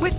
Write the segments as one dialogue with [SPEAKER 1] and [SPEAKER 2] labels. [SPEAKER 1] With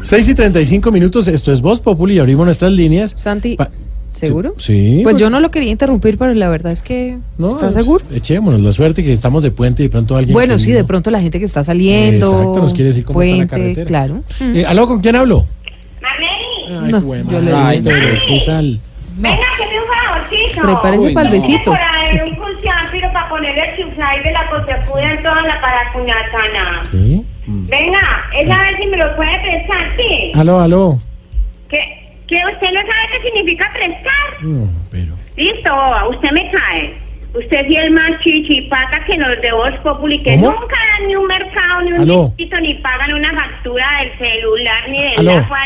[SPEAKER 2] 6 y 35 minutos, esto es Voz Populi, abrimos nuestras líneas.
[SPEAKER 3] Santi,
[SPEAKER 2] Pa-
[SPEAKER 3] ¿seguro?
[SPEAKER 2] Sí,
[SPEAKER 3] Pues
[SPEAKER 2] porque-
[SPEAKER 3] yo no lo quería interrumpir, pero la verdad es que...
[SPEAKER 2] No,
[SPEAKER 3] ¿Estás
[SPEAKER 2] pues,
[SPEAKER 3] seguro?
[SPEAKER 2] Echémonos la suerte que estamos de puente y de pronto alguien...
[SPEAKER 3] Bueno,
[SPEAKER 2] que
[SPEAKER 3] sí,
[SPEAKER 2] no-
[SPEAKER 3] de pronto la gente que está saliendo...
[SPEAKER 2] Exacto, nos quiere decir cómo
[SPEAKER 3] puente,
[SPEAKER 2] está la carretera.
[SPEAKER 3] Claro.
[SPEAKER 2] Eh, ¿Aló, con quién hablo? Ay,
[SPEAKER 3] No,
[SPEAKER 2] güey,
[SPEAKER 3] yo le
[SPEAKER 2] madre,
[SPEAKER 3] digo.
[SPEAKER 2] pero qué sal.
[SPEAKER 4] Venga, que me un favorcito.
[SPEAKER 3] Prepárese
[SPEAKER 2] Uy,
[SPEAKER 3] para
[SPEAKER 2] no.
[SPEAKER 3] el besito.
[SPEAKER 4] Por ahí un cultián, pero para poner el chusay de la cotepuda en toda la paracuñatana.
[SPEAKER 2] ¿Sí?
[SPEAKER 4] Venga, esa vez si me lo puede prestar, sí.
[SPEAKER 2] Aló, aló.
[SPEAKER 4] ¿Qué, que usted no sabe qué significa prestar?
[SPEAKER 2] No, pero...
[SPEAKER 4] Listo, boba, usted me cae. Usted es el más chichipata que los de Voz Populi, que
[SPEAKER 2] ¿Cómo?
[SPEAKER 4] nunca dan ni un mercado, ni un
[SPEAKER 2] Aló.
[SPEAKER 4] distrito, ni pagan una factura del celular, ni del
[SPEAKER 2] Aló.
[SPEAKER 4] agua,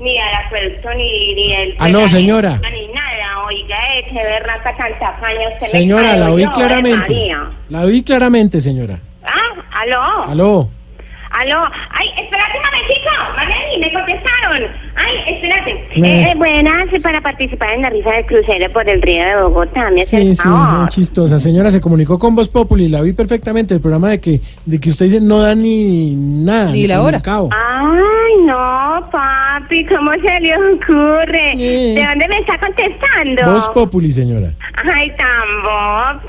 [SPEAKER 4] ni del acueducto, ni, ni del...
[SPEAKER 2] Aló, señora.
[SPEAKER 4] Ni nada, oiga, ese berraca cantafaña, usted me
[SPEAKER 2] Señora,
[SPEAKER 4] cae,
[SPEAKER 2] la oí
[SPEAKER 4] oiga, Ave
[SPEAKER 2] claramente.
[SPEAKER 4] María.
[SPEAKER 2] La oí claramente, señora.
[SPEAKER 4] Ah, aló.
[SPEAKER 2] Aló.
[SPEAKER 4] Aló, ay, espérate un momentito, Marlene, me contestaron. Ay, espérate.
[SPEAKER 2] Me-
[SPEAKER 4] Eh, eh, buenas, para participar en la risa del crucero por el río de Bogotá, me hace
[SPEAKER 2] Sí,
[SPEAKER 4] el
[SPEAKER 2] sí,
[SPEAKER 4] favor.
[SPEAKER 2] muy chistosa. Señora, se comunicó con Voz Populi, la vi perfectamente. El programa de que, de que usted dice no da ni nada.
[SPEAKER 3] Ni la hora.
[SPEAKER 2] comunicado.
[SPEAKER 4] Ay, no, papi, ¿cómo se le ocurre?
[SPEAKER 2] Eh.
[SPEAKER 4] ¿De dónde me está contestando?
[SPEAKER 2] Voz Populi, señora.
[SPEAKER 4] Ay, tambo,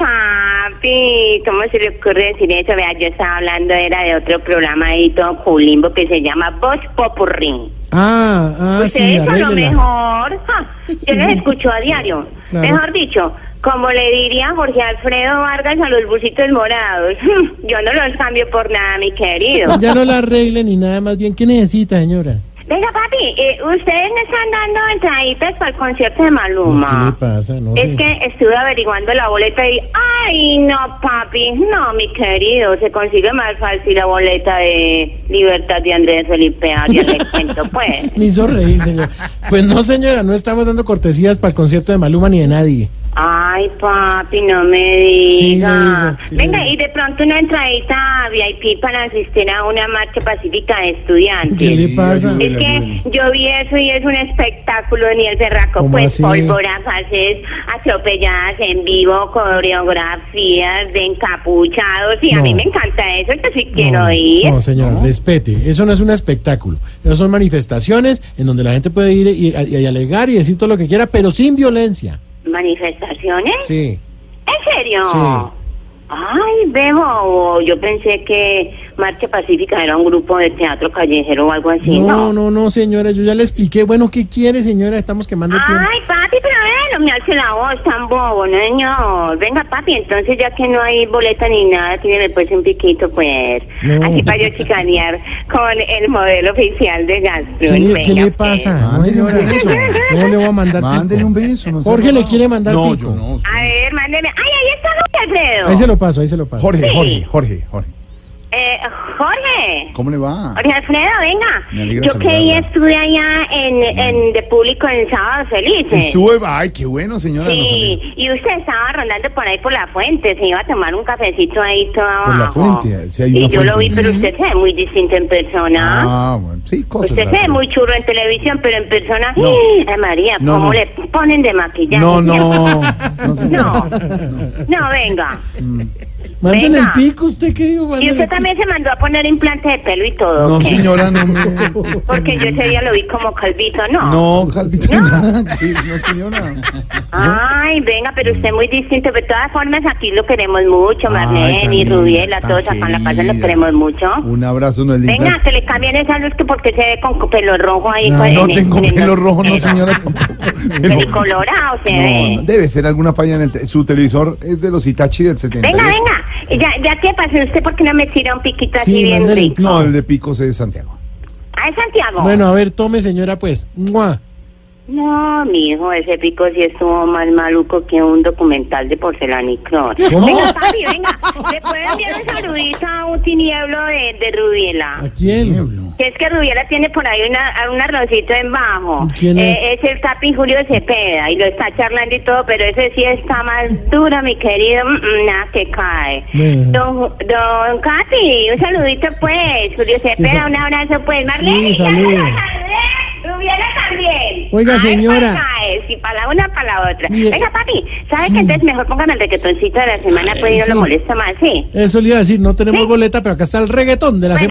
[SPEAKER 4] papi. ¿Cómo se le ocurre decir eso? Vea, yo estaba hablando, era de otro programa ahí todo culimbo que se llama Voz Popurrín.
[SPEAKER 2] Ah, ah, sí,
[SPEAKER 4] Ustedes son Pues lo
[SPEAKER 2] arréglela.
[SPEAKER 4] mejor. Ja, yo les escucho a diario.
[SPEAKER 2] Claro.
[SPEAKER 4] Mejor dicho, como le diría Jorge Alfredo Vargas a los busitos morados, yo no los cambio por nada, mi querido.
[SPEAKER 2] Ya no la arregle ni nada más bien. ¿Qué necesita, señora?
[SPEAKER 4] Venga, papi, eh, ustedes me están dando entraditas para el concierto de
[SPEAKER 2] No, ¿Qué le
[SPEAKER 4] Maluma.
[SPEAKER 2] pasa? No sé.
[SPEAKER 4] Es que estuve averiguando la boleta y, ay, no, papi, no, mi querido, se consigue más fácil la boleta de Libertad de Andrés Felipe Arias, les cuento, pues.
[SPEAKER 2] Me hizo reír, señora. Pues no, señora, no estamos dando cortesías para el concierto de Maluma ni de nadie.
[SPEAKER 4] Ay, papi, no me
[SPEAKER 2] Sí, le
[SPEAKER 4] diga.
[SPEAKER 2] digo, sí, le
[SPEAKER 4] Venga,
[SPEAKER 2] digo.
[SPEAKER 4] y de pronto una entradita VIP para asistir a una marcha pacífica de
[SPEAKER 2] ¿Qué
[SPEAKER 4] estudiantes.
[SPEAKER 2] le pasa?
[SPEAKER 4] Es que yo vi eso y es un espectáculo, ni el berraco,
[SPEAKER 2] ¿Cómo
[SPEAKER 4] pues
[SPEAKER 2] así?
[SPEAKER 4] pólvora, fases atropelladas en vivo, coreografías de encapuchados, y a
[SPEAKER 2] No.
[SPEAKER 4] mí me encanta eso, yo sí quiero
[SPEAKER 2] no,
[SPEAKER 4] ir.
[SPEAKER 2] No, señora, respete. Eso no es un espectáculo. Eso son manifestaciones en donde la gente puede ir y, y- y alegar y decir todo lo que quiera, pero sin violencia.
[SPEAKER 4] ¿Manifestaciones?
[SPEAKER 2] Sí.
[SPEAKER 4] ¿En serio?
[SPEAKER 2] Sí.
[SPEAKER 4] Ay, veo, yo pensé que Marcha Pacífica era un grupo de teatro callejero o algo así,
[SPEAKER 2] No, no, no, señora, yo ya le expliqué. Bueno, ¿qué quiere, señora? Estamos quemando tiempo.
[SPEAKER 4] Ay, papi, pero eh, no me alce la voz tan bobo, no, señor. Venga, papi, entonces ya que no hay boleta ni nada, tiene pues un piquito, pues.
[SPEAKER 2] No.
[SPEAKER 4] Así para yo chicanear con el modelo oficial de Gastro.
[SPEAKER 2] ¿Qué le, qué
[SPEAKER 4] Venga,
[SPEAKER 2] le
[SPEAKER 4] pues.
[SPEAKER 2] pasa? No,
[SPEAKER 5] Mándele un
[SPEAKER 2] señora,
[SPEAKER 5] beso.
[SPEAKER 2] no le voy a mandar
[SPEAKER 5] Mándele
[SPEAKER 2] pico.
[SPEAKER 5] un beso. No sea
[SPEAKER 2] Jorge le
[SPEAKER 5] bravo.
[SPEAKER 2] quiere mandar
[SPEAKER 5] no,
[SPEAKER 2] pico.
[SPEAKER 5] Yo no, sí.
[SPEAKER 4] A ver, mándeme. Ay, ahí está Jorge Alfredo.
[SPEAKER 2] Ahí se lo paso, ahí se lo paso.
[SPEAKER 5] Jorge, Jorge, Jorge, Jorge.
[SPEAKER 4] Eh, Jorge.
[SPEAKER 5] ¿Cómo le va?
[SPEAKER 4] Jorge Alfredo, venga.
[SPEAKER 5] Me alegra
[SPEAKER 4] Yo que ya
[SPEAKER 5] saludarla.
[SPEAKER 4] estuve allá en, en de público en Sábado Felices.
[SPEAKER 5] Estuve, ay, qué bueno, señora. nos alegra.
[SPEAKER 4] Sí, y usted estaba rondando por ahí por la fuente, se iba a tomar un cafecito ahí todo abajo.
[SPEAKER 5] Por la fuente, sí, hay
[SPEAKER 4] y
[SPEAKER 5] una
[SPEAKER 4] yo lo vi,
[SPEAKER 5] fuente.
[SPEAKER 4] pero usted se ve muy distinto en persona.
[SPEAKER 5] Ah, bueno, sí, cosas.
[SPEAKER 4] usted Pues se
[SPEAKER 5] de la
[SPEAKER 4] ve
[SPEAKER 5] vida.
[SPEAKER 4] muy churro en televisión, pero en persona, ¡Ah!
[SPEAKER 5] No.
[SPEAKER 4] ¡ay, María!
[SPEAKER 5] No,
[SPEAKER 4] ¿Cómo
[SPEAKER 5] no.
[SPEAKER 4] le ponen de maquillaje?
[SPEAKER 5] No, no. no,
[SPEAKER 4] No,
[SPEAKER 5] señora.
[SPEAKER 4] no, venga.
[SPEAKER 2] Mándele el
[SPEAKER 4] Venga.
[SPEAKER 2] pico, usted qué dijo.
[SPEAKER 4] Y
[SPEAKER 2] Mándele
[SPEAKER 4] usted
[SPEAKER 2] el pico.
[SPEAKER 4] también se mandó a poner implante de pelo y todo.
[SPEAKER 5] No,
[SPEAKER 4] ¿ok?
[SPEAKER 5] señora, no me.
[SPEAKER 4] Porque yo ese día lo vi como calvito, ¿no?
[SPEAKER 5] No, Calvito, nada. Sí, No, señora.
[SPEAKER 4] Ay, venga, pero usted es muy distinto. De todas formas, aquí lo queremos mucho,
[SPEAKER 5] Ay,
[SPEAKER 4] Marlene y
[SPEAKER 5] tan
[SPEAKER 4] Rubiela,
[SPEAKER 5] linda,
[SPEAKER 4] todos
[SPEAKER 5] tan
[SPEAKER 4] acá en La Paz
[SPEAKER 5] querida.
[SPEAKER 4] los queremos mucho.
[SPEAKER 5] Un abrazo, no es linda.
[SPEAKER 4] Venga, que le cambien esa luz que porque se ve con pelo rojo ahí.
[SPEAKER 2] No,
[SPEAKER 4] pues,
[SPEAKER 5] No
[SPEAKER 4] en el-
[SPEAKER 5] tengo
[SPEAKER 4] en el-
[SPEAKER 5] pelo rojo, no, señora, tampoco. Pero-
[SPEAKER 4] Ni colorado se ve.
[SPEAKER 5] No, no, debe ser alguna falla en el. te- Su televisor es de los Hitachi del 70.
[SPEAKER 4] Venga, venga. Ya, ya que pasó usted, ¿por qué no me tira un piquito
[SPEAKER 2] Sí,
[SPEAKER 4] así bien
[SPEAKER 2] mándale el
[SPEAKER 4] rico?
[SPEAKER 5] No, el de Picos es de Santiago.
[SPEAKER 4] Ay, Santiago.
[SPEAKER 2] Bueno, a ver, tome, señora, pues. ¡Mua!
[SPEAKER 4] No, mi hijo, ese pico sí estuvo más maluco que un documental de porcelana y cloro.
[SPEAKER 2] ¿Cómo?
[SPEAKER 4] Venga, papi, venga. ¿Le puedo enviar un saludito a un tinieblo de, de Rubiela?
[SPEAKER 2] ¿A quién?
[SPEAKER 4] Que es que Rubiera tiene por ahí una, un arrocito en bajo.
[SPEAKER 2] ¿Quién es?
[SPEAKER 4] Eh, es el Capi Julio Cepeda y lo está charlando y todo, pero ese sí está más duro, mi querido. Mm, mm, Nada que cae.
[SPEAKER 2] Bueno.
[SPEAKER 4] Don, Ju- don Capi, un saludito pues. Julio Cepeda,
[SPEAKER 2] sa-
[SPEAKER 4] un abrazo pues.
[SPEAKER 2] Sí,
[SPEAKER 4] Marlene, ya
[SPEAKER 2] salude.
[SPEAKER 4] me lo saludé. Rubiera también.
[SPEAKER 2] Oiga,
[SPEAKER 4] A ver cuál
[SPEAKER 2] señora.
[SPEAKER 4] cae, Si para la una, para la otra.
[SPEAKER 2] Mire.
[SPEAKER 4] Venga, papi, ¿sabes que entonces mejor póngame el reggaetoncito de la semana? Pues yo
[SPEAKER 2] sí.
[SPEAKER 4] no lo molesto más, ¿sí?
[SPEAKER 2] Eso le iba a decir, no tenemos boleta, pero acá está el reggaetón de la semana.